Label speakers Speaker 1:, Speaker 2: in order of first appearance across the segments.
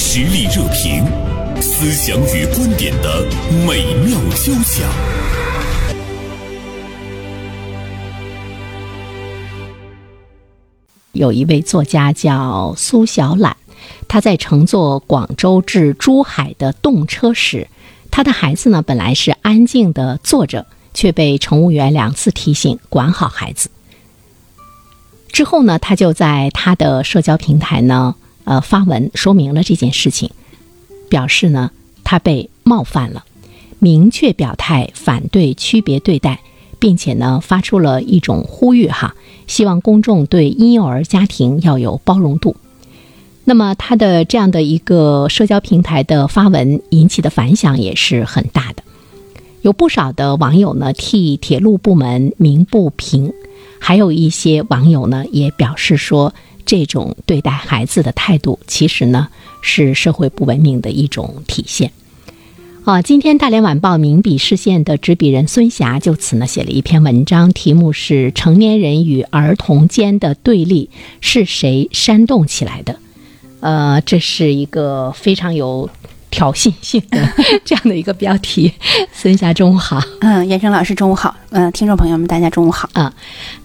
Speaker 1: 实力热评，思想与观点的美妙交响。
Speaker 2: 有一位作家叫苏小懒，他在乘坐广州至珠海的动车时，他的孩子呢本来是安静的坐着，却被乘务员两次提醒管好孩子。之后呢，他就在他的社交平台呢，呃，发文说明了这件事情，表示呢他被冒犯了，明确表态反对区别对待，并且呢发出了一种呼吁哈，希望公众对婴幼儿家庭要有包容度。那么他的这样的一个社交平台的发文引起的反响也是很大的，有不少的网友呢替铁路部门鸣不平。还有一些网友呢，也表示说，这种对待孩子的态度，其实呢是社会不文明的一种体现。啊，今天《大连晚报》名笔视线的执笔人孙霞就此呢写了一篇文章，题目是《成年人与儿童间的对立是谁煽动起来的》。呃，这是一个非常有挑衅性的 这样的一个标题。孙霞，中午好。
Speaker 3: 嗯，袁生老师中午好，嗯，听众朋友们大家中午好。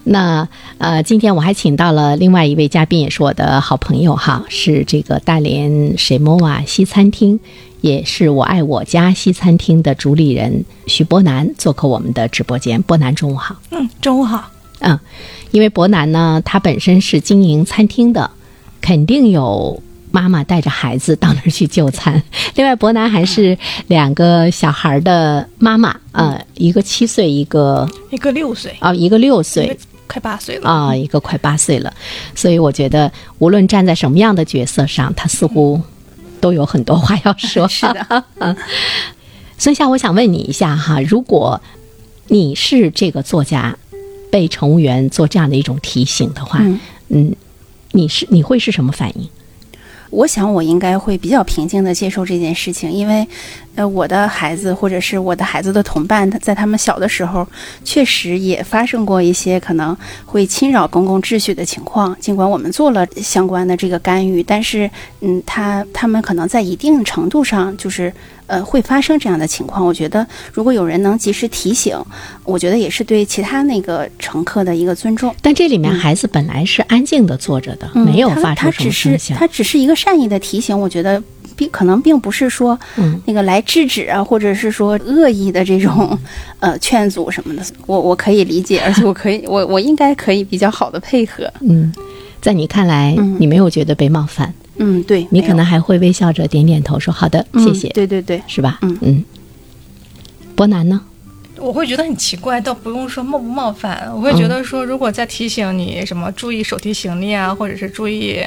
Speaker 2: 那呃，今天我还请到了另外一位嘉宾，也是我的好朋友哈，是这个大连水莫瓦西餐厅，也是我爱我家西餐厅的主理人许博南做客我们的直播间。博南，中午好。
Speaker 4: 嗯，中午好。
Speaker 2: 嗯，因为博南呢，他本身是经营餐厅的，肯定有妈妈带着孩子到那儿去就餐。 另外，博南还是两个小孩儿的妈妈，呃，一个七岁，一个
Speaker 4: 一个六岁，
Speaker 2: 啊、一个六
Speaker 4: 一
Speaker 2: 岁
Speaker 4: 个，快八岁了。
Speaker 2: 啊，一个快八岁了，所以我觉得无论站在什么样的角色上，他似乎都有很多话要说。
Speaker 3: 是的，
Speaker 2: 孙夏，我想问你一下哈，如果你是这个作家，被乘务员做这样的一种提醒的话，嗯
Speaker 3: 嗯
Speaker 2: 你是你会是什么反应？
Speaker 3: 我想我应该会比较平静的接受这件事情，因为，呃，我的孩子或者是我的孩子的同伴，他在他们小的时候，确实也发生过一些可能会侵扰公共秩序的情况。尽管我们做了相关的这个干预，但是，嗯，他他们可能在一定程度上就是。呃，会发生这样的情况。我觉得，如果有人能及时提醒，我觉得也是对其他那个乘客的一个尊重。
Speaker 2: 但这里面孩子本来是安静的坐着的，
Speaker 3: 嗯
Speaker 2: 没有
Speaker 3: 他
Speaker 2: 发出
Speaker 3: 他
Speaker 2: 什么
Speaker 3: 只
Speaker 2: 声
Speaker 3: 是
Speaker 2: 响。
Speaker 3: 他只是一个善意的提醒，我觉得并可能并不是说
Speaker 2: 嗯
Speaker 3: 那个来制止啊，或者是说恶意的这种呃劝阻什么的，我我可以理解，而且我可以我我应该可以比较好的配合。
Speaker 2: 嗯，在你看来，
Speaker 3: 嗯
Speaker 2: 你没有觉得被冒犯，
Speaker 3: 嗯，对，
Speaker 2: 你
Speaker 3: 没有
Speaker 2: 可能还会微笑着点点头说：“好的，
Speaker 3: 嗯
Speaker 2: 谢谢。
Speaker 3: 对对对，
Speaker 2: 是吧？
Speaker 3: 嗯
Speaker 2: 嗯。伯南呢？
Speaker 4: 我会觉得很奇怪，倒不用说冒不冒犯，我会觉得说，如果再提醒你什么注意手提行李啊，或者是注意，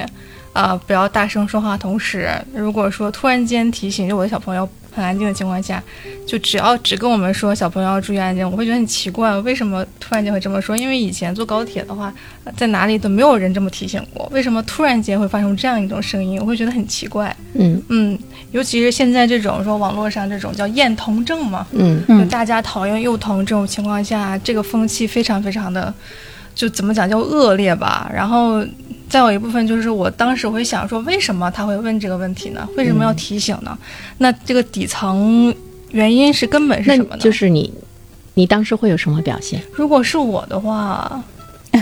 Speaker 4: 呃，不要大声说话。同时，如果说突然间提醒，就我的小朋友很安静的情况下，就只要只跟我们说小朋友要注意安静，我会觉得很奇怪，为什么突然间会这么说？因为以前坐高铁的话，呃在哪里都没有人这么提醒过，为什么突然间会发生这样一种声音？我会觉得很奇怪。
Speaker 2: 嗯
Speaker 4: 嗯，尤其是现在这种说网络上这种叫厌童症嘛，
Speaker 2: 嗯
Speaker 4: 就
Speaker 3: 嗯
Speaker 4: 大家讨厌幼童这种情况下，这个风气非常非常的，就怎么讲叫恶劣吧。然后再有一部分就是我当时会想说，为什么他会问这个问题呢？为什么要提醒呢？那这个底层原因是根本是
Speaker 2: 那
Speaker 4: 什么呢？
Speaker 2: 就是你，你当时会有什么表现？
Speaker 4: 如果是我的话。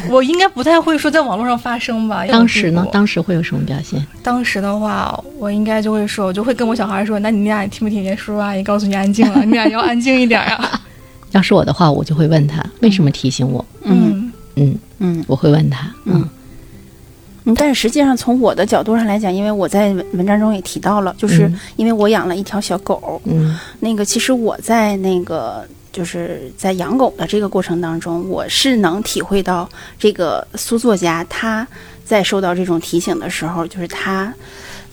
Speaker 4: 我应该不太会说在网络上发声吧？
Speaker 2: 当时呢？
Speaker 4: 当
Speaker 2: 当时会有什么表现？
Speaker 4: 当时的话，我应该就会说，我就会跟我小孩说：“那你俩听没听见叔叔阿姨告诉你安静了？你俩要安静一点啊。
Speaker 2: 要是我的话，我就会问他为什么提醒我。
Speaker 3: 嗯”
Speaker 2: 嗯，
Speaker 3: 嗯。
Speaker 2: 我会问他。嗯
Speaker 3: 嗯，但是实际上从我的角度上来讲，因为我在文文章中也提到了，就是
Speaker 2: 嗯
Speaker 3: 因为我养了一条小狗，
Speaker 2: 嗯
Speaker 3: 那个其实我在那个就是在养狗的这个过程当中，我是能体会到这个苏作家他在受到这种提醒的时候，就是他，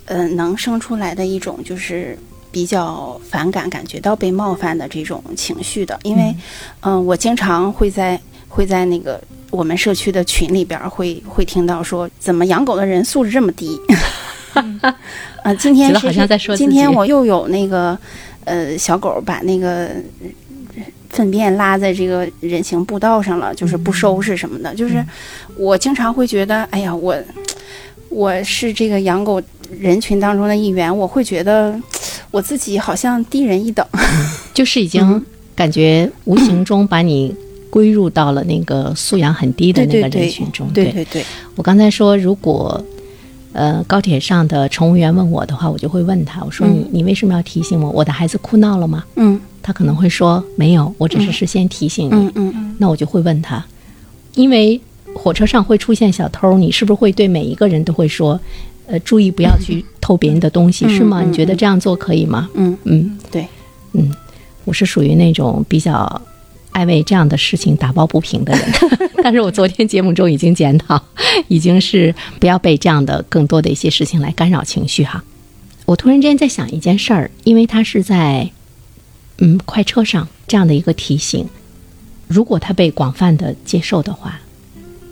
Speaker 3: 呃，能生出来的一种就是。比较反感，感觉到被冒犯的这种情绪的，因为，嗯、我经常会在会在那个我们社区的群里边儿会会听到说，怎么养狗的人素质这么低？ 啊，今
Speaker 2: 嗯
Speaker 3: 天
Speaker 2: 觉得
Speaker 3: 谁
Speaker 2: 好像
Speaker 3: 谁
Speaker 2: 在说
Speaker 3: 今
Speaker 2: 自己
Speaker 3: 天我又有那个呃小狗把那个呃粪便拉在这个人行步道上了，就是不
Speaker 2: 嗯
Speaker 3: 收拾什么的。就是我经常会觉得，哎呀，我我是这个养狗人群当中的一员，我会觉得我自己好像低人一等。
Speaker 2: 就是已
Speaker 3: 嗯
Speaker 2: 经感觉无形中把你归入到了那个素养很低的那个人群中。
Speaker 3: 对对对，
Speaker 2: 我刚才说，如果呃高铁上的乘务员问我的话，我就会问他，我说你、
Speaker 3: 嗯
Speaker 2: 你为什么要提醒我？我的孩子哭闹了吗？
Speaker 3: 嗯
Speaker 2: 他可能会说没有，我只是事先提醒你。
Speaker 3: 嗯嗯，
Speaker 2: 那我就会问他，因为火车上会出现小偷，你是不是会对每一个人都会说，呃，注意不要去偷别人的东西，
Speaker 3: 嗯
Speaker 2: 是吗？
Speaker 3: 嗯
Speaker 2: 你觉得这样做可以吗？
Speaker 3: 嗯
Speaker 2: 嗯，
Speaker 3: 对，
Speaker 2: 嗯，我是属于那种比较爱为这样的事情打抱不平的人， 但是我昨天节目中已经检讨，已经是不要被这样的更多的一些事情来干扰情绪哈。我突然之间在想一件事儿，因为它是在嗯快车上这样的一个提醒，如果它被广泛的接受的话，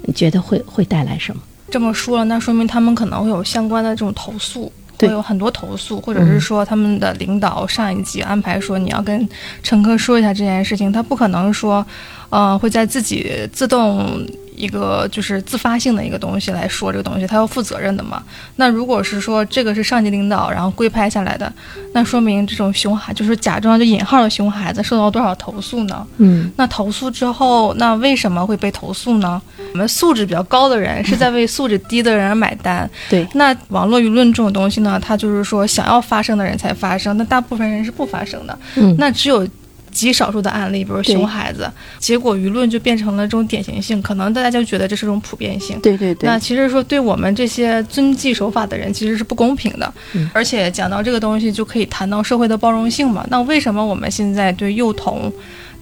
Speaker 2: 你觉得会会带来什么？
Speaker 4: 这么说了，那说明他们可能会有相关的这种投诉，会
Speaker 2: 对
Speaker 4: 有很多投诉，或者是说他们的领导上一级安排说你要跟乘客说一下这件事情，他不可能说，呃，会在自己自动。一个就是自发性的一个东西来说这个东西，他要负责任的嘛。那如果是说这个是上级领导然后规拍下来的，那说明这种熊孩就是假装就引号的熊孩子受到多少投诉呢？
Speaker 2: 嗯
Speaker 4: 那投诉之后，那为什么会被投诉呢？我们素质比较高的人是在为素质低的人买单。
Speaker 3: 对，
Speaker 4: 那网络舆论这种东西呢，它就是说想要发生的人才发生，那大部分人是不发生的。
Speaker 2: 嗯
Speaker 4: 那只有极少数的案例，比如
Speaker 3: 对
Speaker 4: 熊孩子，结果舆论就变成了这种典型性，可能大家就觉得这是种普遍性。
Speaker 3: 对对对
Speaker 4: 那，其实说对我们这些遵纪守法的人其实是不公平的，
Speaker 2: 嗯
Speaker 4: 而且讲到这个东西就可以谈到社会的包容性嘛。那为什么我们现在对幼童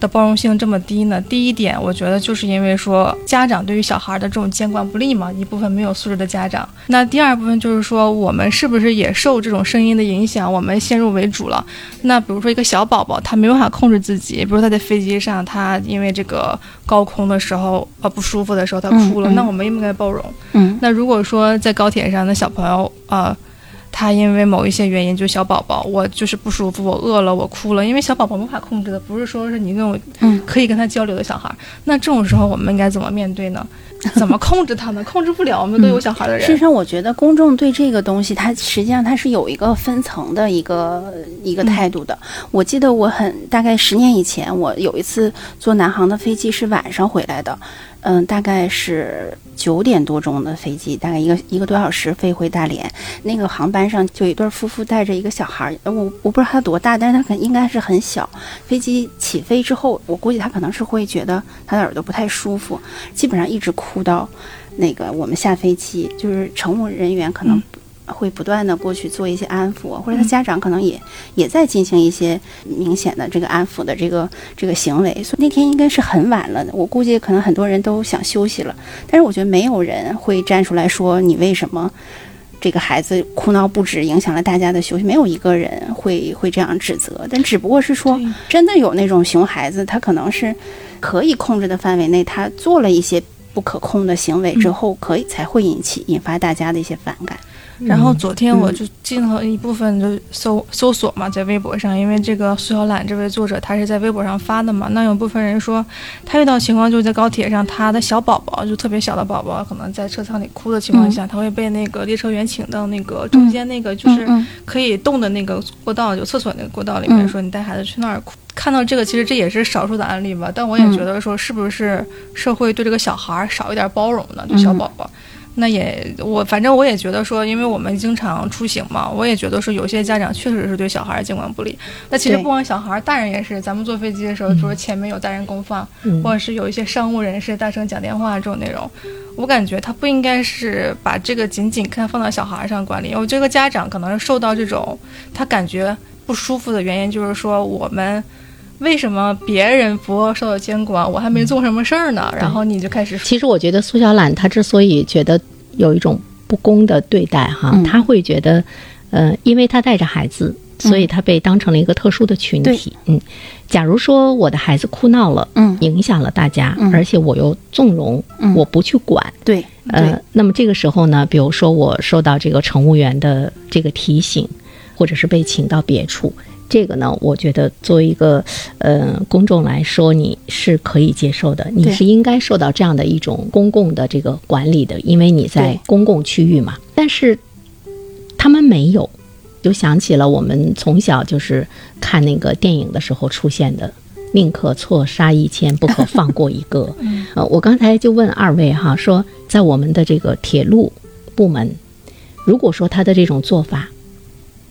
Speaker 4: 的包容性这么低呢？第一点，我觉得就是因为说家长对于小孩的这种监管不力嘛，一部分没有素质的家长。那第二部分就是说我们是不是也受这种声音的影响，我们先入为主了？那比如说一个小宝宝，他没有办法控制自己，比如他在飞机上，他因为这个高空的时候呃不舒服的时候他哭了，
Speaker 3: 嗯嗯
Speaker 4: 那我们应不应该包容？
Speaker 3: 嗯
Speaker 4: 那如果说在高铁上的小朋友啊、呃他因为某一些原因，就小宝宝，我就是不舒服，我饿了，我哭了，因为小宝宝无法控制的，不是说是你那种
Speaker 3: 嗯
Speaker 4: 可以跟他交流的小孩儿。那这种时候，我们应该怎么面对呢？怎么控制他呢？控制不了，我们都有小孩的人。
Speaker 3: 事实上，我觉得公众对这个东西，它实际上它是有一个分层的一个一个态度的。我记得我很大概十年以前，我有一次坐南航的飞机是晚上回来的，嗯，大概是九点多钟的飞机，大概一个一个多小时飞回大连。那个航班上就有一对夫妇带着一个小孩儿，呃我我不知道他多大，但是他可应该是很小。飞机起飞之后，我估计他可能是会觉得他的耳朵不太舒服，基本上一直哭到那个我们下飞机，就是乘务人员可能
Speaker 4: 嗯
Speaker 3: 会不断的过去做一些安抚，或者他家长可能也也在进行一些明显的这个安抚的这个这个行为。所以那天应该是很晚了，我估计可能很多人都想休息了，但是我觉得没有人会站出来说你为什么。这个孩子哭闹不止，影响了大家的休息，没有一个人会会这样指责。但只不过是说，真的有那种熊孩子，他可能是可以控制的范围内，他做了一些不可控的行为之后，可以才会引起引发大家的一些反感。
Speaker 4: 然后昨天我
Speaker 3: 嗯
Speaker 4: 就进了一部分就搜搜索嘛，在微博上，因为这个苏小懒这位作者他是在微博上发的嘛，那有部分人说他遇到情况就是在高铁上，他的小宝宝就特别小的宝宝，可能在车舱里哭的情况下，他会被那个列车员请到那个中间那个就是
Speaker 3: 嗯嗯
Speaker 4: 可以动的那个过道，有厕所那个过道里面，
Speaker 3: 嗯
Speaker 4: 说你带孩子去那儿哭。看到这个，其实这也是少数的案例吧，但我也
Speaker 3: 嗯
Speaker 4: 觉得说，是不是社会对这个小孩儿少一点包容
Speaker 3: 嗯
Speaker 4: 呢？对小宝宝，那也我反正我也觉得说，因为我们经常出行嘛，我也觉得说有些家长确实是对小孩儿监管不力。那其实
Speaker 3: 对嗯
Speaker 4: 不光小孩儿，大人也是。咱们坐飞机的时候，比如前面有大人公放，
Speaker 2: 嗯
Speaker 4: 或者是有一些商务人士大声讲电话这种内容，我感觉他不应该是把这个仅仅看放到小孩上管理。我这个家长可能是受到这种他感觉不舒服的原因，就是说我们。为什么别人不受到监管，我还没做什么事儿呢？然后你就开始说
Speaker 2: 嗯其实我觉得苏小懒她之所以觉得有一种不公的对待哈，
Speaker 3: 嗯
Speaker 2: 她会觉得，呃，因为她带着孩子，所以她被当成了一个特殊的群体。嗯，假如说我的孩子哭闹了，
Speaker 3: 嗯，
Speaker 2: 影响了大家，
Speaker 3: 嗯
Speaker 2: 而且我又纵容，
Speaker 3: 嗯
Speaker 2: 我不去管，
Speaker 3: 对，
Speaker 2: 呃，那么这个时候呢，比如说我受到这个乘务员的这个提醒，或者是被请到别处，这个呢，我觉得作为一个呃公众来说，你是可以接受的，你
Speaker 3: 对
Speaker 2: 是应该受到这样的一种公共的这个管理的，因为你在
Speaker 3: 对
Speaker 2: 公共区域嘛。但是他们没有，就想起了我们从小就是看那个电影的时候出现的“宁可错杀一千，不可放过一个”呃，我刚才就问二位哈，说在我们的这个铁路部门，如果说他的这种做法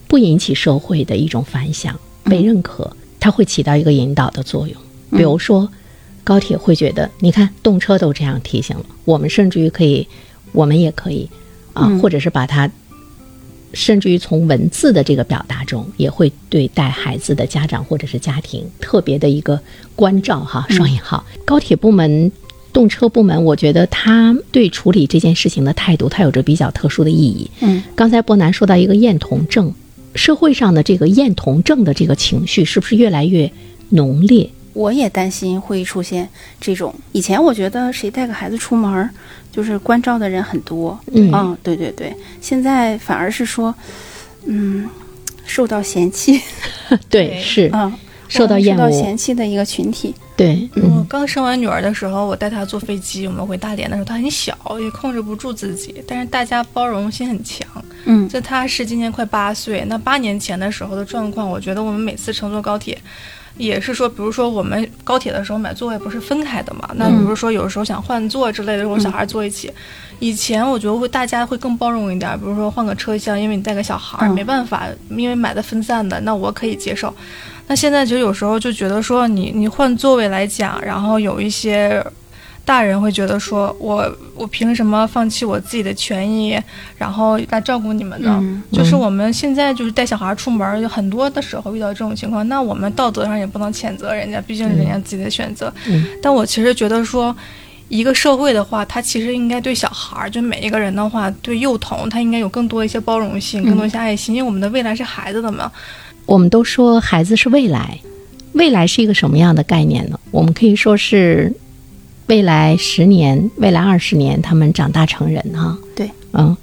Speaker 2: 不引起社会的一种反响、被认可，它会起到一个引导的作用。比如说，高铁会觉得，你看动车都这样提醒了，我们甚至于可以，我们也可以啊，或者是把它，甚至于从文字的这个表达中，也会对带孩子的家长或者是家庭特别的一个关照哈，双引号。高铁部门、动车部门，我觉得他对处理这件事情的态度，它有着比较特殊的意义。
Speaker 3: 嗯，
Speaker 2: 刚才波南说到一个厌童症，社会上的这个厌童症的这个情绪是不是越来越浓烈？
Speaker 3: 我也担心会出现这种。以前我觉得谁带个孩子出门儿，就是关照的人很多。
Speaker 2: 嗯
Speaker 3: 对对对。现在反而是说，嗯，受到嫌弃，
Speaker 2: 对，
Speaker 4: 对
Speaker 2: 是
Speaker 3: 嗯，
Speaker 2: 受到厌
Speaker 3: 受到
Speaker 2: 恶，
Speaker 3: 嫌弃的一个群体。
Speaker 2: 对，
Speaker 4: 我
Speaker 2: 嗯，
Speaker 4: 刚生完女儿的时候，我带她坐飞机，我们回大连的时候，她很小，也控制不住自己，但是大家包容心很强。
Speaker 3: 嗯
Speaker 4: 就她是今年快八岁，那八年前的时候的状况，我觉得我们每次乘坐高铁。也是说，比如说我们高铁的时候买座位不是分开的
Speaker 3: 嗯
Speaker 4: 嘛？那比如说有时候想换座之类的，如果小孩坐一起，以前我觉得会大家会更包容一点，比如说换个车厢，因为你带个小孩儿、
Speaker 3: 嗯
Speaker 4: 没办法，因为买的分散的，那我可以接受。那现在就有时候就觉得说你你换座位来讲，然后有一些大人会觉得说我我凭什么放弃我自己的权益，然后来照顾你们呢？
Speaker 3: 嗯
Speaker 4: 就是我们现在就是带小孩出门儿，有很多的时候遇到这种情况，那我们道德上也不能谴责人家，毕竟是人家自己的选择。
Speaker 2: 嗯
Speaker 4: 但我其实觉得说。一个社会的话，它其实应该对小孩儿，就每一个人的话，对幼童，他应该有更多一些包容
Speaker 2: 嗯
Speaker 4: 性，更多一些爱心，因为我们的未来是孩子的嘛。
Speaker 2: 我们都说孩子是未来，未来是一个什么样的概念呢？我们可以说是未来十年、未来二十年，他们长大成人哈、
Speaker 3: 对，
Speaker 2: 嗯，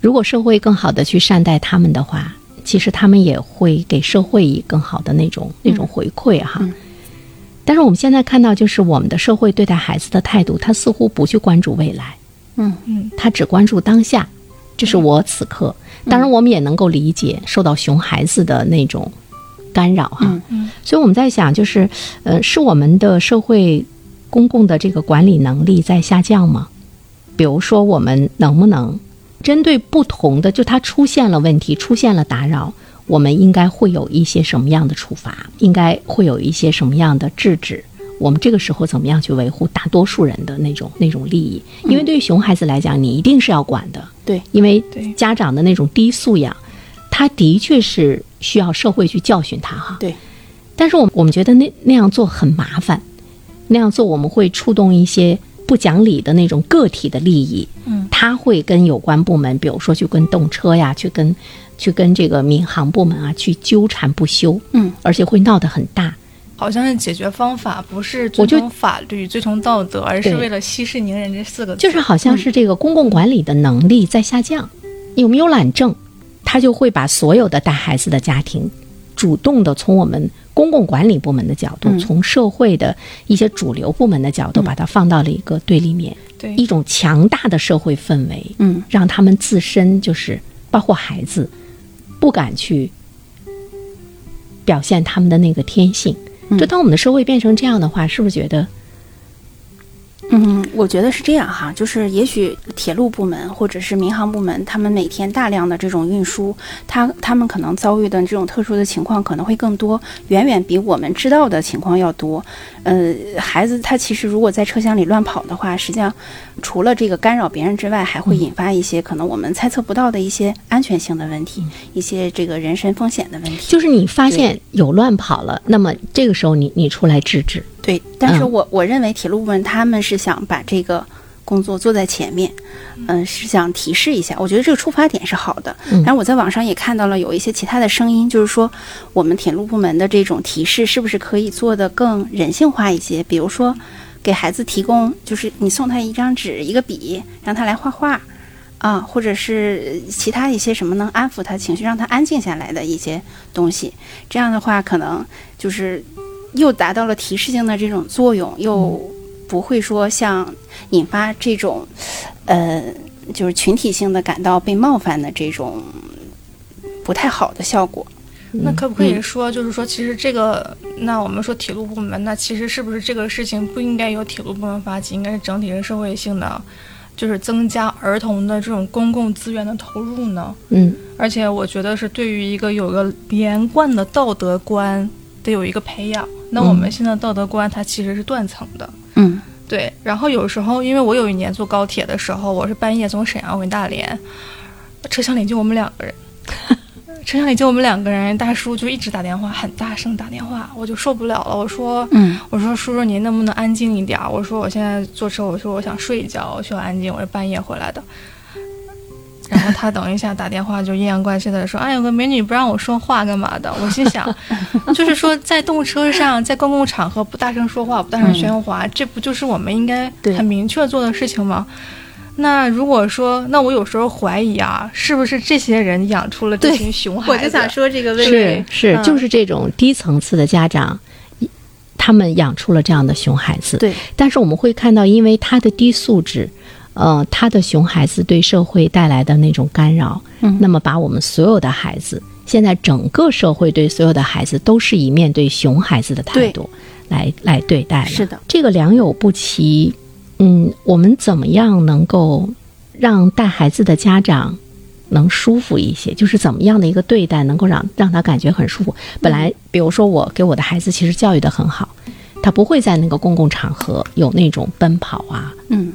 Speaker 2: 如果社会更好的去善待他们的话，其实他们也会给社会以更好的那种那种回馈哈。
Speaker 3: 嗯
Speaker 2: 但是我们现在看到，就是我们的社会对待孩子的态度，他似乎不去关注未来，
Speaker 3: 嗯
Speaker 4: 嗯，
Speaker 2: 他只关注当下，这是我此刻。当
Speaker 3: 嗯
Speaker 2: 然，我们也能够理解受到熊孩子的那种干扰哈。
Speaker 3: 嗯
Speaker 4: 嗯
Speaker 2: 所以我们在想，就是呃，是我们的社会公共的这个管理能力在下降吗？比如说，我们能不能针对不同的，就它出现了问题，出现了打扰，我们应该会有一些什么样的处罚？应该会有一些什么样的制止？我们这个时候怎么样去维护大多数人的那种那种利益？因为对于熊孩子来讲，你一定是要管的，
Speaker 3: 嗯对，
Speaker 2: 因为
Speaker 4: 对
Speaker 2: 家长的那种低素养，他的确是需要社会去教训他哈。
Speaker 3: 对，
Speaker 2: 但是我我们觉得那那样做很麻烦，那样做我们会触动一些不讲理的那种个体的利益。
Speaker 4: 嗯，
Speaker 2: 他会跟有关部门，比如说去跟动车呀，去跟去跟这个民航部门啊，去纠缠不休。
Speaker 3: 嗯，
Speaker 2: 而且会闹得很大。
Speaker 4: 好像是解决方法，不是
Speaker 2: 我
Speaker 4: 遵
Speaker 2: 就
Speaker 4: 从法律、遵从道德，而是
Speaker 2: 对
Speaker 4: 为了息事宁人这四个字。
Speaker 2: 就是好像是这个公共管理的能力在下降，有没有懒政，他就会把所有的带孩子的家庭，主动的从我们公共管理部门的角度，
Speaker 3: 嗯
Speaker 2: 从社会的一些主流部门的角度，把它放到了一个对立面，
Speaker 4: 对
Speaker 2: 一种强大的社会氛围，
Speaker 3: 嗯
Speaker 2: 让他们自身就是包括孩子，不敢去表现他们的那个天性。就当我们的社会变成这样的话，是不是觉得
Speaker 3: 嗯，我觉得是这样哈，就是也许铁路部门或者是民航部门，他们每天大量的这种运输，他他们可能遭遇的这种特殊的情况可能会更多，远远比我们知道的情况要多。呃，孩子他其实如果在车厢里乱跑的话，实际上除了这个干扰别人之外，还会引发一些可能我们猜测不到的一些安全性的问题，一些这个人身风险的问题。
Speaker 2: 就是你发现有乱跑了，那么这个时候你你出来制止，
Speaker 3: 对，但是
Speaker 2: 嗯
Speaker 3: 我、我认为铁路部门他们是想把这个工作做在前面，嗯、是想提示一下。我觉得这个出发点是好的。
Speaker 2: 嗯
Speaker 3: 然后我在网上也看到了有一些其他的声音，就是说我们铁路部门的这种提示是不是可以做得更人性化一些？比如说给孩子提供，就是你送他一张纸、一个笔，让他来画画。啊，或者是其他一些什么能安抚他情绪、让他安静下来的一些东西，这样的话，可能就是又达到了提示性的这种作用，又不会说像引发这种，呃，就是群体性的感到被冒犯的这种不太好的效果。
Speaker 4: 那可不可以说，就是说，其实这个，那我们说铁路部门，那其实是不是这个事情不应该由铁路部门发起，应该是整体是社会性的，就是增加儿童的这种公共资源的投入呢？
Speaker 2: 嗯，
Speaker 4: 而且我觉得是对于一个有个连贯的道德观得有一个培养。那我们现在道德观它其实是断层的，
Speaker 3: 嗯
Speaker 4: 对。然后有时候，因为我有一年坐高铁的时候，我是半夜从沈阳回大连，车厢里就我们两个人。车厢里就我们两个人，大叔就一直打电话，很大声打电话，我就受不了了。我说，
Speaker 3: 嗯
Speaker 4: 我说叔叔您能不能安静一点儿？我说我现在坐车，我说我想睡一觉，我需要安静，我是半夜回来的。然后他等一下打电话就阴阳怪气的说：“哎，有个美女不让我说话，干嘛的？”我心想，就是说在动车上，在公共场合不大声说话，不大声喧哗，这不就是我们应该
Speaker 3: 嗯对
Speaker 4: 很明确做的事情吗？那如果说，那我有时候怀疑啊，是不是这些人养出了这
Speaker 3: 对
Speaker 4: 群熊孩子？
Speaker 3: 我就想说这个问题，
Speaker 2: 是是，
Speaker 4: 嗯
Speaker 2: 就是这种低层次的家长，他们养出了这样的熊孩子。
Speaker 3: 对，
Speaker 2: 但是我们会看到，因为他的低素质，呃，他的熊孩子对社会带来的那种干扰，
Speaker 3: 嗯
Speaker 2: 那么把我们所有的孩子，现在整个社会对所有的孩子都是以面对熊孩子的态
Speaker 3: 对
Speaker 2: 度来来对待了。
Speaker 3: 是的，
Speaker 2: 这个良莠不齐，嗯，我们怎么样能够让带孩子的家长能舒服一些？就是怎么样的一个对待能够让让他感觉很舒服？本
Speaker 3: 嗯
Speaker 2: 来，比如说我给我的孩子其实教育的很好，他不会在那个公共场合有那种奔跑啊、
Speaker 3: 嗯，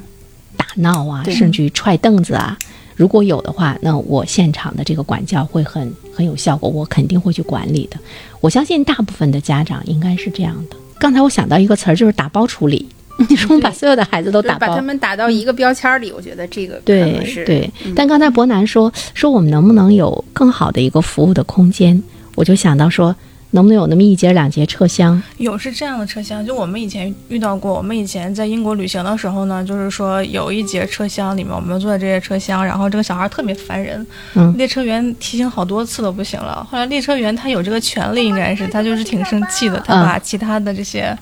Speaker 2: 打闹啊，
Speaker 3: 对
Speaker 2: 甚至于踹凳子啊。如果有的话，那我现场的这个管教会很很有效果，我肯定会去管理的。我相信大部分的家长应该是这样的。刚才我想到一个词儿，就是打包处 理。你说我们把所有的孩子都
Speaker 3: 就是
Speaker 2: 打
Speaker 3: 把
Speaker 2: 包
Speaker 3: 他，们打到一个标签儿里，我觉得这个可能
Speaker 2: 对
Speaker 3: 是
Speaker 2: 对，但刚才伯南说说我们能不能有更好的一个服务的空间，我就想到说，能不能有那么一节两节车厢？
Speaker 4: 有是这样的车厢，就我们以前遇到过。我们以前在英国旅行的时候呢，就是说有一节车厢里面，我们坐在这些车厢，然后这个小孩特别烦人，
Speaker 2: 嗯
Speaker 4: 列车员提醒好多次都不行了。后来列车员他有这个权利，应该是他就是挺生气的，他把其他的这些，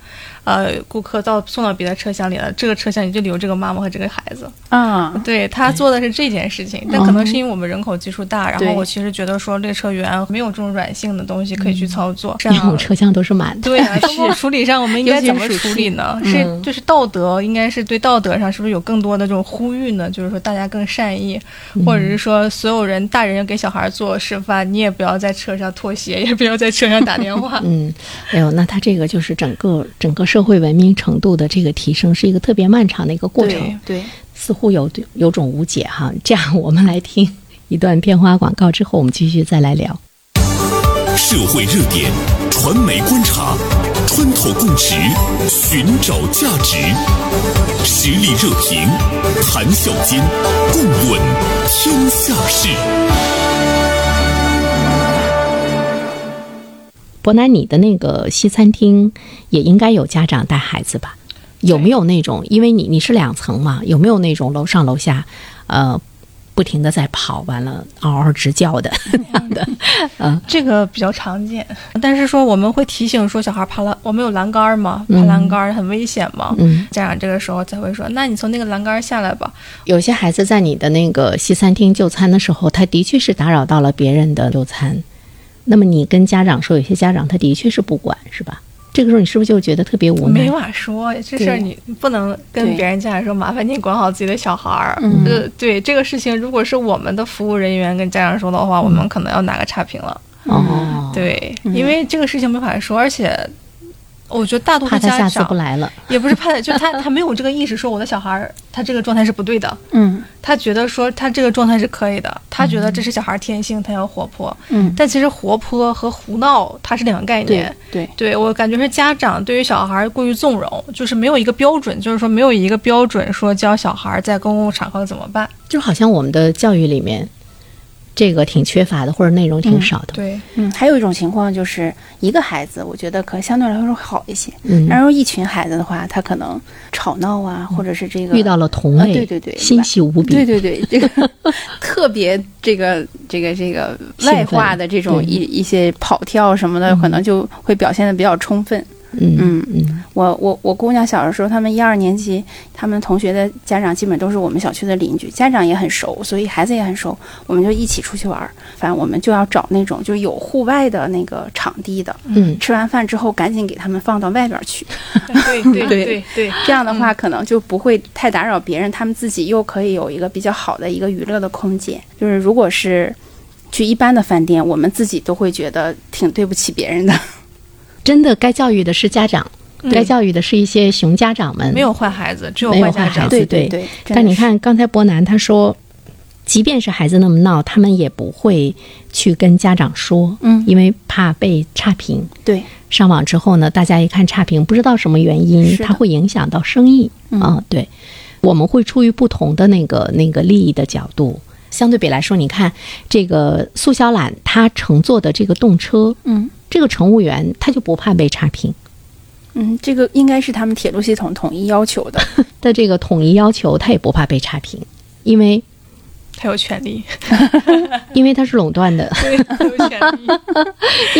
Speaker 4: 呃，顾客到送到别的车厢里了，这个车厢也就留这个妈妈和这个孩子。
Speaker 3: 啊，
Speaker 4: 对嗯他做的是这件事情，但可能是因为我们人口基数大，然后
Speaker 3: 对
Speaker 4: 我其实觉得说列车员没有这种软性的东西可以去操作，嗯这
Speaker 2: 那种
Speaker 4: 样
Speaker 2: 车厢都是满的。
Speaker 4: 对啊，公共处理上我们应该怎么
Speaker 3: 尤其是
Speaker 4: 处
Speaker 3: 暑
Speaker 4: 理
Speaker 3: 期
Speaker 4: 呢？
Speaker 2: 嗯。
Speaker 4: 是就是道德，应该是对道德上是不是有更多的这种呼吁呢？就是说大家更善意，或者是说所有人大人要给小孩做示范，你也不要在车上脱鞋，也不要在车上打电话
Speaker 2: 嗯，哎呦，那他这个就是整个整个社会文明程度的这个提升，是一个特别漫长的一个过程
Speaker 4: 对，
Speaker 3: 对，
Speaker 2: 似乎有有种无解哈。这样，我们来听一段片花广告之后，我们继续再来聊。
Speaker 1: 社会热点，传媒观察，穿透共识，寻找价值，实力热评，谈笑间，共论天下事。
Speaker 2: 伯南，你的那个西餐厅也应该有家长带孩子吧？有没有那种？因为你你是两层嘛，有没有那种楼上楼下，呃，不停的在跑，完了嗷嗷直叫的 那样的？
Speaker 4: 这个比较常见，但是说我们会提醒说小孩爬栏，我们有栏杆儿嘛，爬栏杆儿很危险嘛。
Speaker 2: 嗯，
Speaker 4: 家长这个时候才会说，那你从那个栏杆儿下来吧。
Speaker 2: 有些孩子在你的那个西餐厅就餐的时候，他的确是打扰到了别人的就餐。那么你跟家长说，有些家长他的确是不管，是吧？这个时候你是不是就觉得特别无奈
Speaker 4: 没？法说，这事儿你不能跟
Speaker 3: 对
Speaker 4: 别人家长说，麻烦你管好自己的小孩儿。
Speaker 2: 嗯
Speaker 4: 呃，对这个事情，如果是我们的服务人员跟家长说的话，我们可能要拿个差评了。
Speaker 2: 嗯
Speaker 3: 嗯
Speaker 2: 哦，
Speaker 4: 对，因为这个事情没法说，而且我觉得大多数
Speaker 2: 怕他
Speaker 4: 家
Speaker 2: 下次不
Speaker 4: 长
Speaker 2: 来了。
Speaker 4: 也不是怕他，就 是他他没有这个意识，说我的小孩儿他这个状态是不对的，
Speaker 3: 嗯
Speaker 4: 他觉得说他这个状态是可以的，他觉得
Speaker 2: 嗯
Speaker 4: 这是小孩儿天性，他要活泼。
Speaker 3: 嗯，
Speaker 4: 但其实活泼和胡闹它是两个概念
Speaker 3: 对。对，
Speaker 4: 对我感觉是家长对于小孩儿过于纵容，就是没有一个标准，就是说没有一个标准说教小孩儿在公共场合怎么办。
Speaker 2: 就好像我们的教育里面，这个挺缺乏的，或者内容挺少的。
Speaker 4: 对，
Speaker 3: 嗯，还有一种情况就是一个孩子，我觉得可相对来说好一些，
Speaker 2: 嗯，
Speaker 3: 然后一群孩子的话，他可能吵闹啊，或者是这个
Speaker 2: 遇到了同
Speaker 3: 啊
Speaker 2: 类，
Speaker 3: 对对对
Speaker 2: 欣喜无比。
Speaker 3: 对对对，这个特别这个这个这个
Speaker 2: 兴奋
Speaker 3: 外化的这种
Speaker 2: 对
Speaker 3: 一一些跑跳什么的，可能就会表现的比较充分。
Speaker 2: 嗯嗯
Speaker 3: 我我我姑娘小的时候，他们一二年级，他们同学的家长基本都是我们小区的邻居，家长也很熟，所以孩子也很熟，我们就一起出去玩儿。反正我们就要找那种就是有户外的那个场地的，
Speaker 2: 嗯，
Speaker 3: 吃完饭之后赶紧给他们放到外边儿去，
Speaker 4: 对对
Speaker 3: 对
Speaker 4: 对对，
Speaker 3: 这样的话可能就不会太打扰别人，他们自己又可以有一个比较好的一个娱乐的空间。就是如果是去一般的饭店，我们自己都会觉得挺对不起别人的。
Speaker 2: 真的该教育的是家长，该教育的是一些熊家长们。
Speaker 4: 嗯没有坏孩子，只有
Speaker 2: 没有
Speaker 4: 坏家
Speaker 2: 坏孩
Speaker 4: 长。
Speaker 2: 子
Speaker 3: 对
Speaker 2: 对
Speaker 3: 对，真的
Speaker 2: 但你
Speaker 3: 是
Speaker 2: 看刚才伯南他说，即便是孩子那么闹，他们也不会去跟家长说，
Speaker 3: 嗯
Speaker 2: 因为怕被差评。
Speaker 3: 对，
Speaker 2: 上网之后呢，大家一看差评，不知道什么原因，
Speaker 3: 是的
Speaker 2: 它会影响到生意
Speaker 3: 嗯
Speaker 2: 啊、对，我们会出于不同的那个那个利益的角度，相对比来说，你看这个苏小懒她乘坐的这个动车，
Speaker 3: 嗯
Speaker 2: 这个乘务员他就不怕被差评。
Speaker 3: 嗯，这个应该是他们铁路系统统一要 求的。
Speaker 2: 的这个统一要求，他也不怕被差评，因为
Speaker 4: 他有权利，
Speaker 2: 因为他是垄断的，
Speaker 4: 对，他有权利。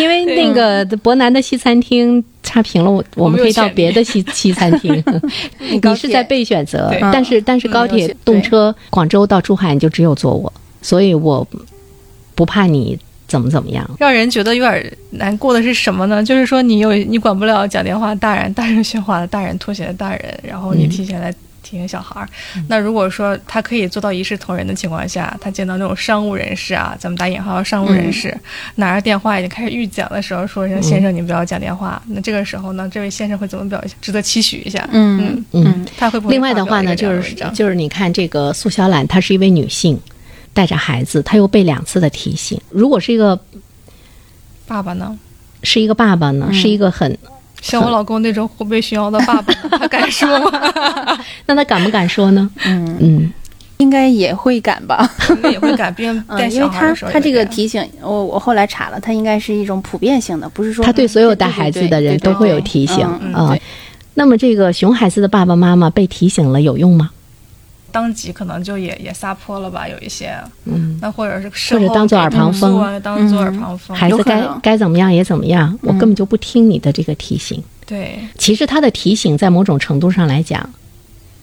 Speaker 2: 因为那个伯南的西餐厅差评了，我我
Speaker 4: 我
Speaker 2: 们
Speaker 4: 们有
Speaker 2: 可以到
Speaker 4: 选
Speaker 2: 别的西西餐 厅，你
Speaker 3: 高
Speaker 2: 是
Speaker 3: 铁
Speaker 2: 在被选择
Speaker 4: 对，
Speaker 2: 但是但是
Speaker 4: 嗯
Speaker 2: 高
Speaker 3: 有
Speaker 2: 铁
Speaker 3: 选
Speaker 2: 动车广州到珠海你就只有坐我，所以我不怕你怎么怎么样，
Speaker 4: 让人觉得有点难过的是什么呢？就是说你有你管不了讲电话大人，大人喧哗的大人，拖鞋的大人，然后你
Speaker 2: 嗯
Speaker 4: 提前来提醒小孩儿。那如果说他可以做到一视同仁的情况下，他见到那种商务人士啊，咱们打引号商务人
Speaker 2: 嗯
Speaker 4: 士、拿着电话已经开始预讲的时候，说人家先生你不要讲电话。那这个时候呢，这位先生会怎么表现？值得期许一下。
Speaker 3: 嗯
Speaker 2: 嗯。
Speaker 4: 他会不会
Speaker 2: 另外的话呢，
Speaker 4: 发表
Speaker 2: 就
Speaker 4: 一个
Speaker 2: 是
Speaker 4: 这样的文章
Speaker 2: 就是你看这个苏小懒，她是一位女性，带着孩子，她又被两次的提醒。如果是一个
Speaker 4: 爸爸呢？
Speaker 2: 是一个爸爸
Speaker 4: 嗯
Speaker 2: 呢，是一个很
Speaker 4: 像我老公那种虎背熊腰的爸爸呢，他敢说 吗？
Speaker 2: 那他敢不敢说呢？嗯
Speaker 3: 应该也会赶吧，
Speaker 4: 可能也会敢，毕竟带
Speaker 3: 嗯，因为
Speaker 4: 小孩
Speaker 3: 他
Speaker 4: 的时候
Speaker 3: 他
Speaker 4: 有
Speaker 3: 这
Speaker 4: 一
Speaker 3: 个
Speaker 4: 点
Speaker 3: 提醒，我我后来查了，他应该是一种普遍性的，不是说嗯
Speaker 2: 他对所有带
Speaker 3: 对对
Speaker 2: 孩子
Speaker 3: 对
Speaker 2: 的人
Speaker 3: 对
Speaker 2: 都
Speaker 3: 对
Speaker 2: 会有
Speaker 3: 对
Speaker 2: 提醒
Speaker 3: 嗯
Speaker 4: 嗯
Speaker 2: 啊、
Speaker 4: 对
Speaker 2: 那么这个熊孩子的爸爸妈妈被提醒了有用吗？
Speaker 4: 当即可能就也也撒泼了吧，有一些，
Speaker 2: 嗯，
Speaker 4: 那或者是事后
Speaker 2: 或者当作耳旁风嗯
Speaker 4: 给动作啊，当做耳旁风，
Speaker 2: 孩子
Speaker 3: 有可
Speaker 2: 该
Speaker 3: 能嗯
Speaker 2: 该怎么样也怎么样，我根本就不听你的这个提醒。
Speaker 4: 对，
Speaker 2: 其实他的提醒在某种程度上来讲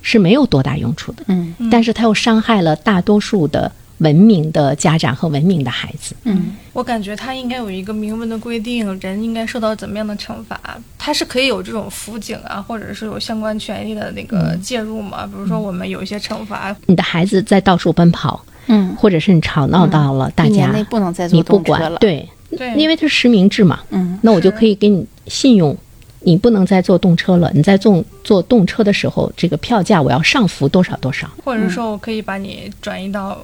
Speaker 2: 是没有多大用处的，
Speaker 3: 嗯
Speaker 2: 但是他又伤害了大多数的文明的家长和文明的孩子。
Speaker 3: 嗯
Speaker 4: 我感觉他应该有一个明文的规定，人应该受到怎么样的惩罚，他是可以有这种辅警啊，或者是有相关权益的那
Speaker 2: 嗯
Speaker 4: 个介入嘛，比如说我们有一些惩罚，
Speaker 2: 你的孩子在到处奔跑，
Speaker 3: 嗯，
Speaker 2: 或者是你吵闹到了大
Speaker 3: 一年
Speaker 2: 家，
Speaker 3: 内不能再
Speaker 2: 你
Speaker 3: 坐
Speaker 2: 不
Speaker 3: 动车
Speaker 2: 管
Speaker 3: 了，，
Speaker 2: 对，
Speaker 4: 对，
Speaker 2: 因为它是实名制嘛，
Speaker 3: 嗯，
Speaker 2: 那我就是可以给你信用，你不能再坐动车了。你在坐坐动车的时候，这个票价我要上浮多少多少。
Speaker 4: 或者是说我可以把你转移到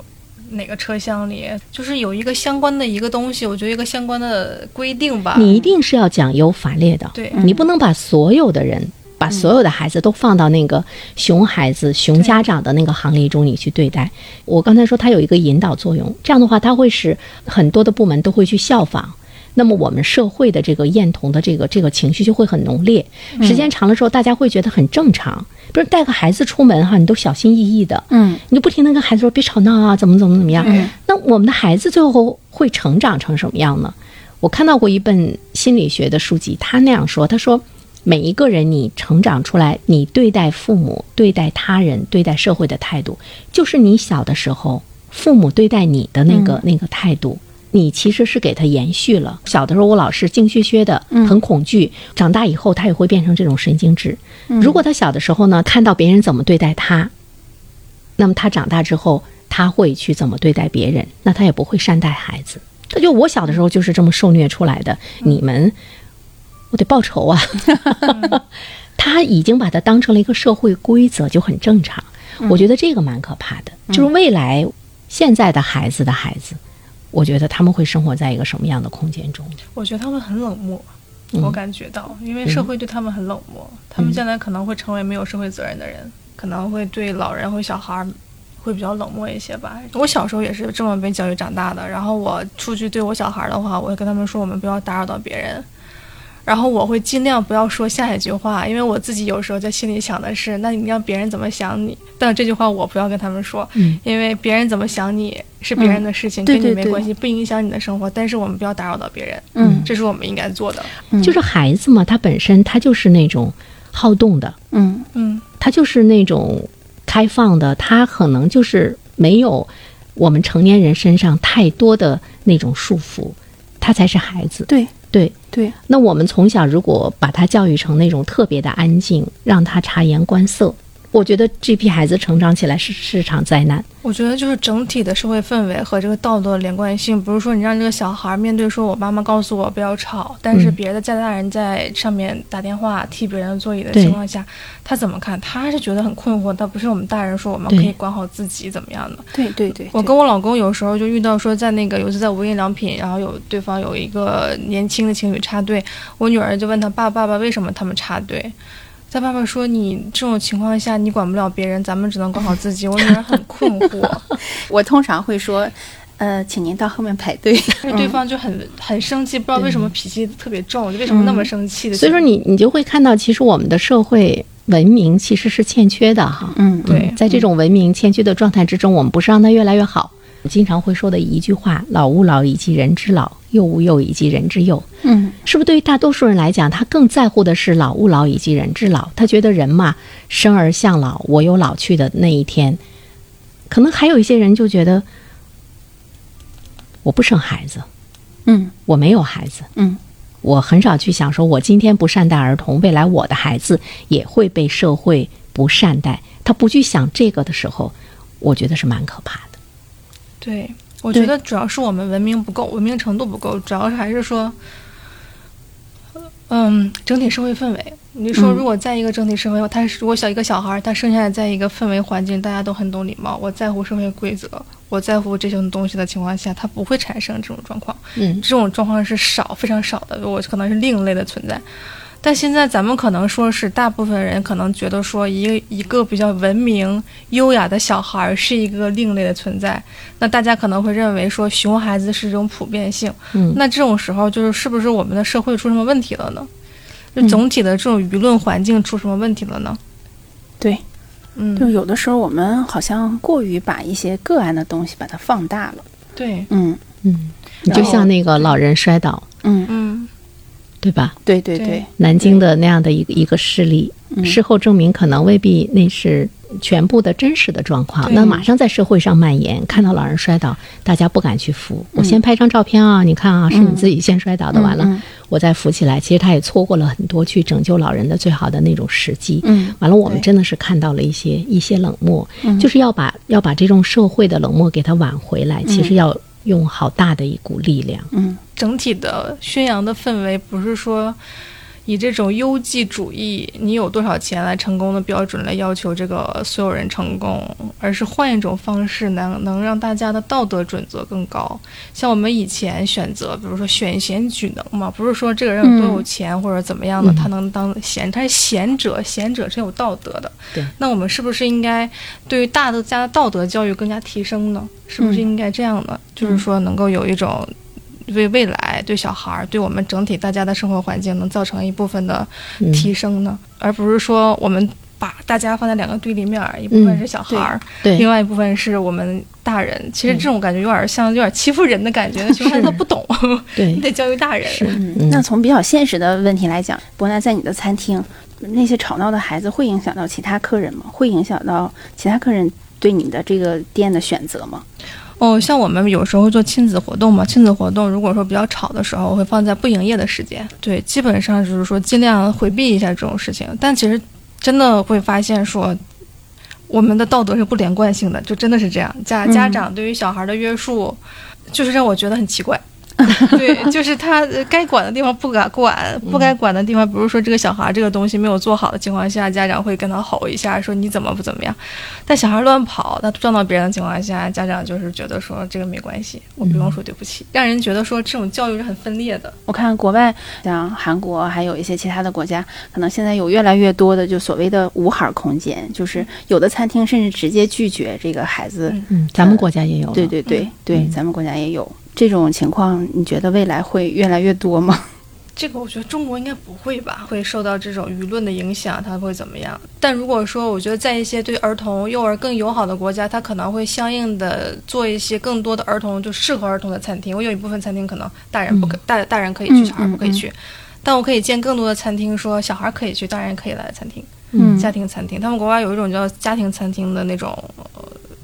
Speaker 4: 哪个车厢里，就是有一个相关的一个东西，我觉得一个相关的规定
Speaker 3: 啊
Speaker 4: 吧，
Speaker 2: 你一定是要讲有法律的，
Speaker 4: 对，
Speaker 2: 你不能把所有的人。把所有的孩子都放到那个熊孩子、熊家长的那个行列中，你去对待。我刚才说它有一个引导作用，这样的话，它会使很多的部门都会去效仿。那么我们社会的这个厌童的这个这个情绪就会很浓烈，时间长了之后，大家会觉得很正常。比如带个孩子出门哈，你都小心翼翼的，
Speaker 3: 嗯，
Speaker 2: 你就不停的跟孩子说别吵闹啊，怎么怎么怎么样。那我们的孩子最后会成长成什么样呢？我看到过一本心理学的书籍，他那样说，他说每一个人你成长出来，你对待父母、对待他人、对待社会的态度，就是你小的时候父母对待你的那个、那个态度。你其实是给他延续了。小的时候，我老是静薛薛的，很恐惧。长大以后，他也会变成这种神经质。如果他小的时候呢，看到别人怎么对待他，那么他长大之后，他会去怎么对待别人，那他也不会善待孩子。他就我小的时候就是这么受虐出来的，你们，我得报仇啊！ 他已经把它当成了一个社会规则，就很正常。我觉得这个蛮可怕的，就是未来现在的孩子的孩子，我觉得他们会生活在一个什么样的空间中？
Speaker 4: 我觉得他们很冷漠，
Speaker 3: 嗯
Speaker 4: 我感觉到，因为社会对他们很冷漠，他们将来可能会成为没有社会责任的
Speaker 3: 嗯
Speaker 4: 人，可能会对老人或小孩儿会比较冷漠一些吧。我小时候也是这么被教育长大的，然后我出去对我小孩儿的话，我会跟他们说，我们不要打扰到别人。然后我会尽量不要说下一句话，因为我自己有时候在心里想的是，那你让别人怎么想你？但这句话我不要跟他们说，
Speaker 2: 嗯
Speaker 4: 因为别人怎么想你是别人的事情，
Speaker 3: 对
Speaker 4: 跟
Speaker 3: 对
Speaker 4: 你没
Speaker 3: 对
Speaker 4: 关系，不影响你的生活。但是我们不要打扰到别人，
Speaker 3: 嗯
Speaker 4: 这是我们应该做的。
Speaker 2: 嗯就是孩子嘛，他本身他就是那种好动的，
Speaker 3: 嗯
Speaker 4: 嗯，
Speaker 2: 他就是那种开放的，他可能就是没有我们成年人身上太多的那种束缚，他才是孩子。
Speaker 3: 对
Speaker 2: 对，
Speaker 3: 对，
Speaker 2: 那我们从小如果把他教育成那种特别的安静，让他察言观色，我觉得这批孩子成长起来是是场灾难。
Speaker 4: 我觉得就是整体的社会氛围和这个道德的连贯性，不是说你让这个小孩面对说我妈妈告诉我不要吵，但是
Speaker 2: 嗯
Speaker 4: 别的家大人在上面打电话踢别人的座椅的
Speaker 2: 对
Speaker 4: 情况下，他怎么看？他是觉得很困惑，但不是我们大人说我们可以
Speaker 2: 对
Speaker 4: 管好自己怎么样的。
Speaker 3: 对对对，
Speaker 4: 我跟我老公有时候就遇到说，在那个有一次在无印良品，然后有对方有一个年轻的情侣插队，我女儿就问他爸爸爸为什么他们插队，他爸爸说你这种情况下你管不了别人，咱们只能管好自己。我女儿很困惑，
Speaker 3: 我通常会说，呃，请您到后面排队。
Speaker 4: 但是
Speaker 2: 嗯
Speaker 4: 对方就很很生气，不知道为什么脾气特别重，就为什么那么生气的。
Speaker 2: 所以说你你就会看到，其实我们的社会文明其实是欠缺的哈。
Speaker 3: 嗯
Speaker 4: 对
Speaker 2: 在这种文明欠缺的状态之中，我们不是让它越来越好。我经常会说的一句话：“老吾老以及人之老，幼吾幼以及人之幼。”
Speaker 3: 嗯
Speaker 2: 是不是对于大多数人来讲，他更在乎的是老吾老以及人之老？他觉得人嘛，生而向老，我有老去的那一天。可能还有一些人就觉得，我不生孩子，
Speaker 3: 嗯
Speaker 2: 我没有孩子，
Speaker 3: 嗯，
Speaker 2: 我很少去想说，我今天不善待儿童，未来我的孩子也会被社会不善待。他不去想这个的时候，我觉得是蛮可怕的。
Speaker 4: 对，我
Speaker 3: 对
Speaker 4: 觉得主要是我们文明不够，文明程度不够，主要是还是说，嗯，整体社会氛围。你说，
Speaker 3: 嗯
Speaker 4: 如果在一个整体社会，他如果小一个小孩儿，他生下来在一个氛围环境，大家都很懂礼貌，我在乎社会规则，我在乎这些东西的情况下，他不会产生这种状况。
Speaker 2: 嗯
Speaker 4: 这种状况是少，非常少的，我可能是另类的存在。但现在咱们可能说是大部分人可能觉得说一个一个比较文明优雅的小孩儿是一个另类的存在，那大家可能会认为说熊孩子是一种普遍性。
Speaker 2: 嗯，
Speaker 4: 那这种时候就是是不是我们的社会出什么问题了呢？就总体的这种舆论环境出什么问题了呢？
Speaker 3: 对，就
Speaker 4: 嗯，
Speaker 3: 有的时候我们好像过于把一些个案的东西把它放大了。
Speaker 4: 对，
Speaker 3: 嗯
Speaker 2: 嗯，你就像那个老人摔倒，
Speaker 3: 嗯，
Speaker 4: 嗯，
Speaker 2: 对吧？
Speaker 3: 对对
Speaker 4: 对
Speaker 3: 对，
Speaker 2: 南京的那样的一个一个事例，
Speaker 3: 嗯
Speaker 2: 事后证明可能未必那是全部的真实的状况，
Speaker 4: 对
Speaker 2: 那马上在社会上蔓延，看到老人摔倒，大家不敢去扶。我先拍张照片啊，你看啊，是你自己先摔倒的，完了、
Speaker 3: 嗯
Speaker 2: 我再扶起来。其实他也错过了很多去拯救老人的最好的那种时机。
Speaker 3: 嗯
Speaker 2: 完了，我们
Speaker 3: 对嗯
Speaker 2: 真的是看到了一些一些冷漠，就是要把要把这种社会的冷漠给它挽回来，其实要用好大的一股力量。
Speaker 3: 嗯
Speaker 4: 整体的宣扬的氛围不是说以这种优绩主义，你有多少钱来成功的标准来要求这个所有人成功，而是换一种方式能能让大家的道德准则更高。像我们以前选择，比如说选贤举能嘛，不是说这个人有多有钱、或者怎么样的，
Speaker 2: 嗯
Speaker 4: 他能当贤，他是贤者，贤者是有道德的。
Speaker 2: 对，
Speaker 4: 那我们是不是应该对于大家的道德教育更加提升呢？是不是
Speaker 3: 嗯
Speaker 4: 应该这样呢？就是
Speaker 2: 嗯
Speaker 4: 说能够有一种对未来、对小孩儿、对我们整体大家的生活环境能造成一部分的
Speaker 2: 嗯
Speaker 4: 提升呢，而不是说我们把大家放在两个对立面儿，一部分是小孩儿，
Speaker 2: 嗯对嗯
Speaker 4: 另外一部分是我们大人。其实这种感觉有点像有点欺负人的 感觉，熊孩子他不懂，
Speaker 2: 对
Speaker 4: 你得教育大人。
Speaker 2: 是
Speaker 3: 嗯。那从比较现实的问题来讲，伯南，在你的餐厅，那些吵闹的孩子会影响到其他客人吗？会影响到其他客人对你的这个店的选择吗？
Speaker 4: 哦，像我们有时候做亲子活动嘛，亲子活动如果说比较吵的时候，我会放在不营业的时间。对，基本上就是说尽量回避一下这种事情。但其实真的会发现说，我们的道德是不连贯性的，就真的是这样。家家
Speaker 3: 嗯
Speaker 4: 长对于小孩的约束，就是让我觉得很奇怪。 对，就是他呃该管的地方不敢管，不该管的地方，比如说这个小孩这个东西没有做好的情况下，家长会跟他吼一下，说你怎么不怎么样。但小孩乱跑，他撞到别人的情况下，家长就是觉得说这个没关系，我不用说对不起，让人觉得说这种教育是很分裂的。
Speaker 3: 我看国外像韩国还有一些其他的国家，可能现在有越来越多的就所谓的无孩儿空间，就是有的餐厅甚至直接拒绝这个孩子。
Speaker 4: 嗯
Speaker 2: 嗯，咱们国家也有了。
Speaker 3: 对对对
Speaker 4: 嗯
Speaker 3: 对，
Speaker 2: 嗯
Speaker 3: 咱们国家也有这种情况，你觉得未来会越来越多吗？
Speaker 4: 这个我觉得中国应该不会吧，会受到这种舆论的影响，它会怎么样？但如果说我觉得在一些对儿童、幼儿更友好的国家，它可能会相应的做一些更多的儿童就适合儿童的餐厅。我有一部分餐厅可能大人不可、大大人可以去，小孩不可以去，但我可以建更多的餐厅，说小孩可以去，大人也可以来的餐厅，
Speaker 2: 嗯
Speaker 4: 家庭餐厅。他们国外有一种叫家庭餐厅的那种。呃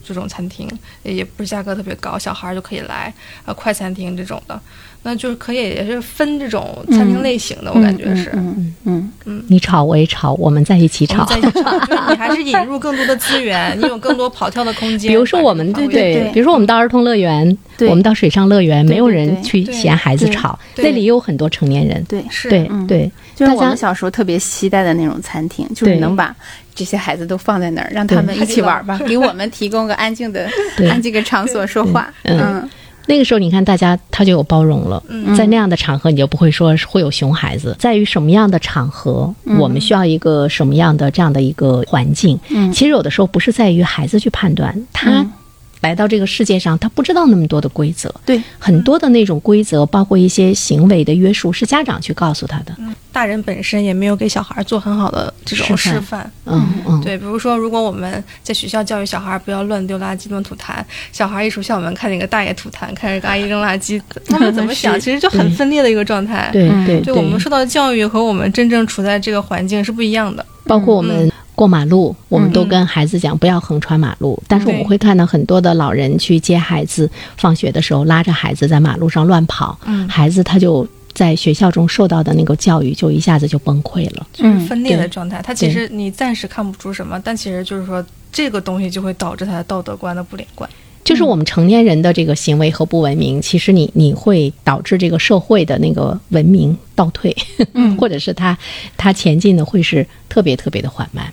Speaker 4: 这种餐厅也不是价格特别高，小孩儿就可以来，呃，快餐厅这种的，那就是可以也是分这种餐厅类型的，我感觉是。
Speaker 3: 嗯嗯
Speaker 2: 你吵我也吵，我们在一起
Speaker 4: 我们
Speaker 2: 吵。
Speaker 4: 在一起吵，就是你还是引入更多的资源，你有更多跑跳的空间。
Speaker 2: 比如说我们
Speaker 4: 把这个发挥
Speaker 3: 对对
Speaker 2: 比如说我们到儿童乐园，
Speaker 3: 对
Speaker 2: 我们到水上乐园，
Speaker 3: 对
Speaker 2: 没有人
Speaker 3: 对
Speaker 2: 去
Speaker 4: 对
Speaker 2: 嫌孩子
Speaker 3: 对
Speaker 2: 吵，
Speaker 4: 对
Speaker 2: 那里也有很多成年人。
Speaker 3: 对，
Speaker 4: 是
Speaker 2: 对
Speaker 3: 嗯
Speaker 2: 对，
Speaker 3: 就是我
Speaker 2: 大家
Speaker 3: 们小时候特别期待的那种餐厅，就
Speaker 2: 对
Speaker 3: 是能把这些孩子都放在那儿，让
Speaker 2: 对
Speaker 3: 他们一起玩 吧，给我们提供个安静的
Speaker 2: 对、
Speaker 3: 安静的场所说话。
Speaker 2: 嗯
Speaker 3: 嗯，
Speaker 2: 那个时候你看大家他就有包容了。在那样的场合，你就不会说是会有熊孩子。在于什么样的场合，我们需要一个什么样的这样的一个环境。
Speaker 3: 嗯
Speaker 2: 其实有的时候不是在于孩子去判断，他
Speaker 3: 嗯
Speaker 2: 来到这个世界上，他不知道那么多的规则。
Speaker 3: 对，
Speaker 2: 很多的那种规则，包括一些行为的约束，是家长去告诉他的。
Speaker 4: 大人本身也没有给小孩做很好的这种
Speaker 2: 示范
Speaker 4: 示范。
Speaker 2: 嗯嗯，
Speaker 4: 对，比如说，如果我们在学校教育小孩不要乱丢垃圾、乱吐痰，小孩一出校门看见个大爷吐痰，看见个阿姨扔垃圾，
Speaker 2: 嗯
Speaker 4: 他们怎么想，其实就很分裂的一个状态。
Speaker 2: 对
Speaker 3: 嗯
Speaker 2: 对
Speaker 4: 对我们受到的教育和我们真正处在这个环境是不一样的。
Speaker 2: 包括我们过马路，我们都跟孩子讲不要横穿马路。但是我们会看到很多的老人去接孩子，放学的时候拉着孩子在马路上乱跑，
Speaker 4: 嗯
Speaker 2: 孩子他就在学校中受到的那个教育就一下子就崩溃了。
Speaker 4: 就是分裂
Speaker 2: 嗯
Speaker 4: 的
Speaker 2: 对
Speaker 4: 状态。它其实你暂时看不出什么，但其实就是说这个东西就会导致他的道德观的不连贯。
Speaker 2: 就是我们成年人的这个行为和不文明，其实你你会导致这个社会的那个文明倒退，
Speaker 3: 嗯
Speaker 2: 或者是他他前进的会是特别特别的缓慢。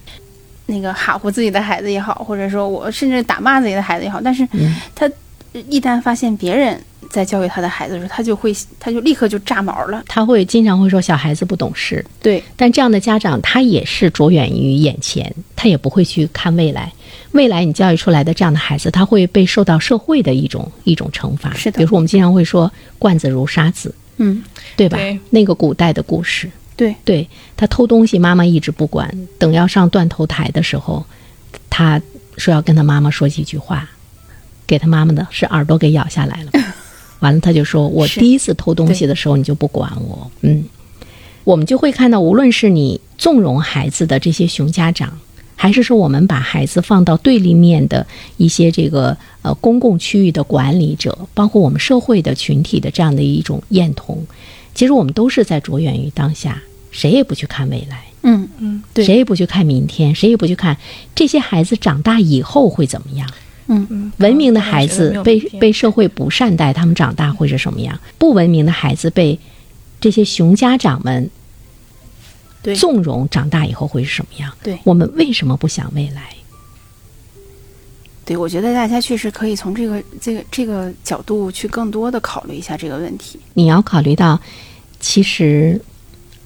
Speaker 3: 那个哈呼自己的孩子也好，或者说我甚至打骂自己的孩子也好，但是
Speaker 2: 嗯
Speaker 3: 他一旦发现别人在教育他的孩子的时候，他就会他就立刻就炸毛了。
Speaker 2: 他会经常会说小孩子不懂事，
Speaker 3: 对，
Speaker 2: 但这样的家长，他也是着眼于眼前，他也不会去看未来。未来你教育出来的这样的孩子，他会被受到社会的一种一种惩罚。
Speaker 3: 是的
Speaker 2: 比如说我们经常会说“惯子如杀子
Speaker 3: 嗯，”，
Speaker 2: 对吧？
Speaker 4: 对
Speaker 2: 那个古代的故事，
Speaker 3: 对
Speaker 2: 对他偷东西，妈妈一直不管，等要上断头台的时候，他说要跟他妈妈说几句话，给他妈妈的是耳朵给咬下来了。完了，他就说：“我
Speaker 3: 是
Speaker 2: 第一次偷东西的时候，你就不管我。”嗯，我们就会看到，无论是你纵容孩子的这些熊家长，还是说我们把孩子放到对立面的一些这个呃公共区域的管理者，包括我们社会的群体的这样的一种厌童，其实我们都是在着眼于当下，谁也不去看未来。
Speaker 3: 嗯，对
Speaker 2: 谁也不去看明天，谁也不去看这些孩子长大以后会怎么样。
Speaker 4: 嗯，
Speaker 2: 文明的孩子被
Speaker 4: 我觉得没有
Speaker 2: 被社会不善待，他们长大会是什么样？不文明的孩子被这些熊家长们
Speaker 3: 对
Speaker 2: 纵容，长大以后会是什么样？
Speaker 3: 对
Speaker 2: 我们为什么不想未来？
Speaker 3: 对，我觉得大家确实可以从这个这个这个角度去更多的考虑一下这个问题。
Speaker 2: 你要考虑到，其实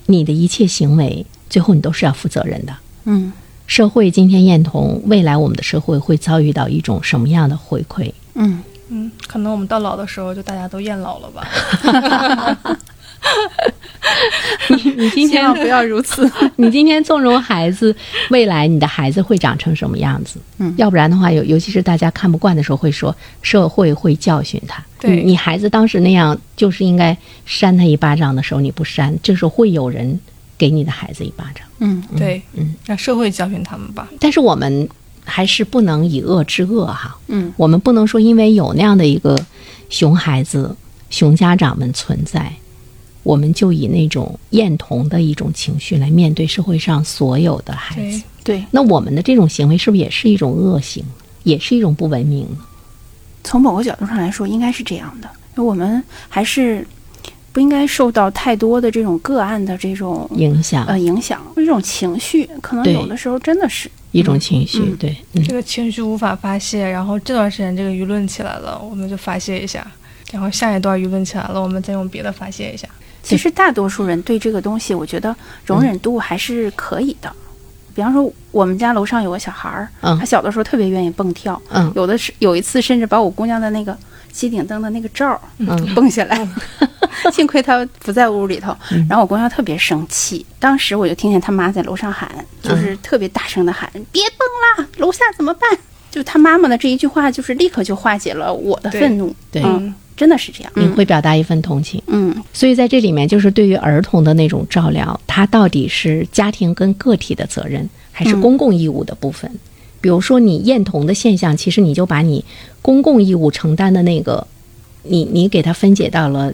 Speaker 2: 你的一切行为，最后你都是要负责任的。
Speaker 3: 嗯
Speaker 2: 社会今天厌童，未来我们的社会会遭遇到一种什么样的回馈？
Speaker 3: 嗯，
Speaker 4: 嗯，可能我们到老的时候就大家都厌老了 吧。
Speaker 2: 你今
Speaker 3: 希望不要如此。
Speaker 2: 你今天纵容孩子，未来你的孩子会长成什么样子？
Speaker 3: 嗯
Speaker 2: 要不然的话，尤尤其是大家看不惯的时候，会说社会会教训他。
Speaker 4: 对
Speaker 2: 你，你孩子当时那样，就是应该扇他一巴掌的时候，你不扇，这时候会有人给你的孩子一巴掌。
Speaker 3: 嗯，
Speaker 4: 对，嗯，让社会教训他们吧。
Speaker 2: 但是我们还是不能以恶制恶哈。
Speaker 3: 嗯，
Speaker 2: 我们不能说因为有那样的一个熊孩子、熊家长们存在，我们就以那种厌童的一种情绪来面对社会上所有的孩子
Speaker 4: 对。，
Speaker 3: 对，
Speaker 2: 那我们的这种行为是不是也是一种恶行，也是一种不文明呢？
Speaker 3: 从某个角度上来说，应该是这样的。我们还是不应该受到太多的这种个案的这种
Speaker 2: 影响、
Speaker 3: 呃影响，这种情绪，可能
Speaker 2: 对
Speaker 3: 有的时候真的是
Speaker 2: 一种情绪，
Speaker 3: 嗯
Speaker 2: 对，嗯
Speaker 4: 这，个情绪无法发泄，然后这段时间这个舆论起来了，我们就发泄一下。然后下一段舆论起来了，我们再用别的发泄一下。
Speaker 3: 其实大多数人对这个东西，我觉得容忍度还是可以的。比方说我们家楼上有个小孩儿，
Speaker 2: 嗯
Speaker 3: 他小的时候特别愿意蹦跳，
Speaker 2: 嗯
Speaker 3: 有的是有一次甚至把我姑娘的那个吸顶灯的那个罩儿
Speaker 2: 嗯嗯
Speaker 3: 蹦下来， 幸亏他不在屋里头。然后我姑娘特别生气，当时我就听见他妈在楼上喊，就是特别大声的
Speaker 2: 嗯
Speaker 3: 喊：“别蹦啦，楼下怎么办？”就他妈妈的这一句话，就是立刻就化解了我的
Speaker 4: 对
Speaker 3: 愤怒。
Speaker 2: 对
Speaker 3: 嗯，真的是这样。
Speaker 2: 你会表达一份同情。
Speaker 3: 嗯，嗯
Speaker 2: 所以在这里面，就是对于儿童的那种照料，它到底是家庭跟个体的责任，还是公共义务的部分？比如说你厌童的现象，其实你就把你公共义务承担的那个，你你给它分解到了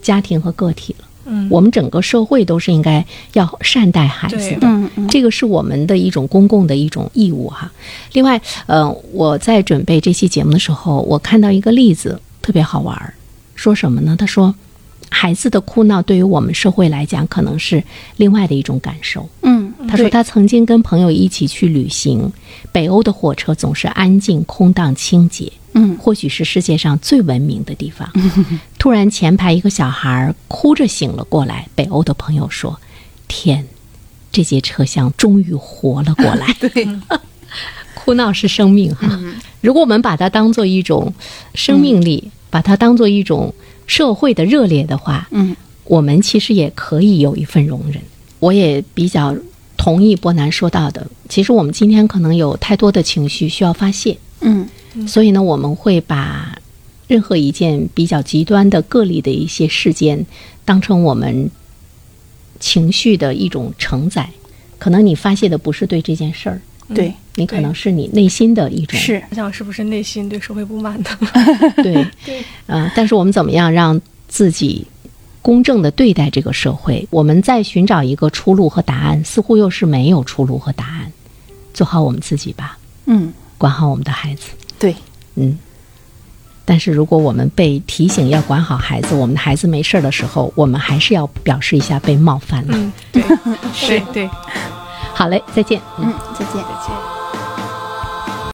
Speaker 2: 家庭和个体了。
Speaker 4: 嗯，
Speaker 2: 我们整个社会都是应该要善待孩子的
Speaker 4: 对。
Speaker 3: 嗯嗯
Speaker 2: 这个是我们的一种公共的一种义务哈。另外，呃，我在准备这期节目的时候，我看到一个例子特别好玩儿，说什么呢？他说，孩子的哭闹对于我们社会来讲，可能是另外的一种感受。
Speaker 3: 嗯
Speaker 2: 他说他曾经跟朋友一起去旅行，北欧的火车总是安静、空荡、清洁，
Speaker 3: 嗯
Speaker 2: 或许是世界上最文明的地 方。突然，前排一个小孩儿哭着醒了过来，北欧的朋友说：“天，这节车厢终于活了过来。” 对。嗯哭闹是生命哈、如果我们把它当做一种生命力，把它当做一种社会的热烈的话，
Speaker 3: 嗯
Speaker 2: 我们其实也可以有一份容忍。我也比较同意波南说到的，其实我们今天可能有太多的情绪需要发泄，
Speaker 3: 嗯
Speaker 2: 所以呢，我们会把任何一件比较极端的个例的一些事件，当成我们情绪的一种承载。可能你发泄的不是对这件事儿，
Speaker 3: 嗯，对，
Speaker 2: 你可
Speaker 4: 对
Speaker 2: 能是你内心的一种
Speaker 3: 是。
Speaker 4: 想想是不是内心对社会不满的？
Speaker 2: 对，呃，但是我们怎么样让自己公正的对待这个社会？我们在寻找一个出路和答案，似乎又是没有出路和答案。做好我们自己吧，
Speaker 3: 嗯，
Speaker 2: 管好我们的孩子。
Speaker 3: 对，
Speaker 2: 嗯。但是如果我们被提醒要管好孩子，我们的孩子没事儿的时候，我们还是要表示一下
Speaker 4: 嗯
Speaker 2: 被冒犯了。
Speaker 4: 嗯，对，对对。
Speaker 2: 好嘞，再见。
Speaker 3: 嗯，再见。
Speaker 4: 再见。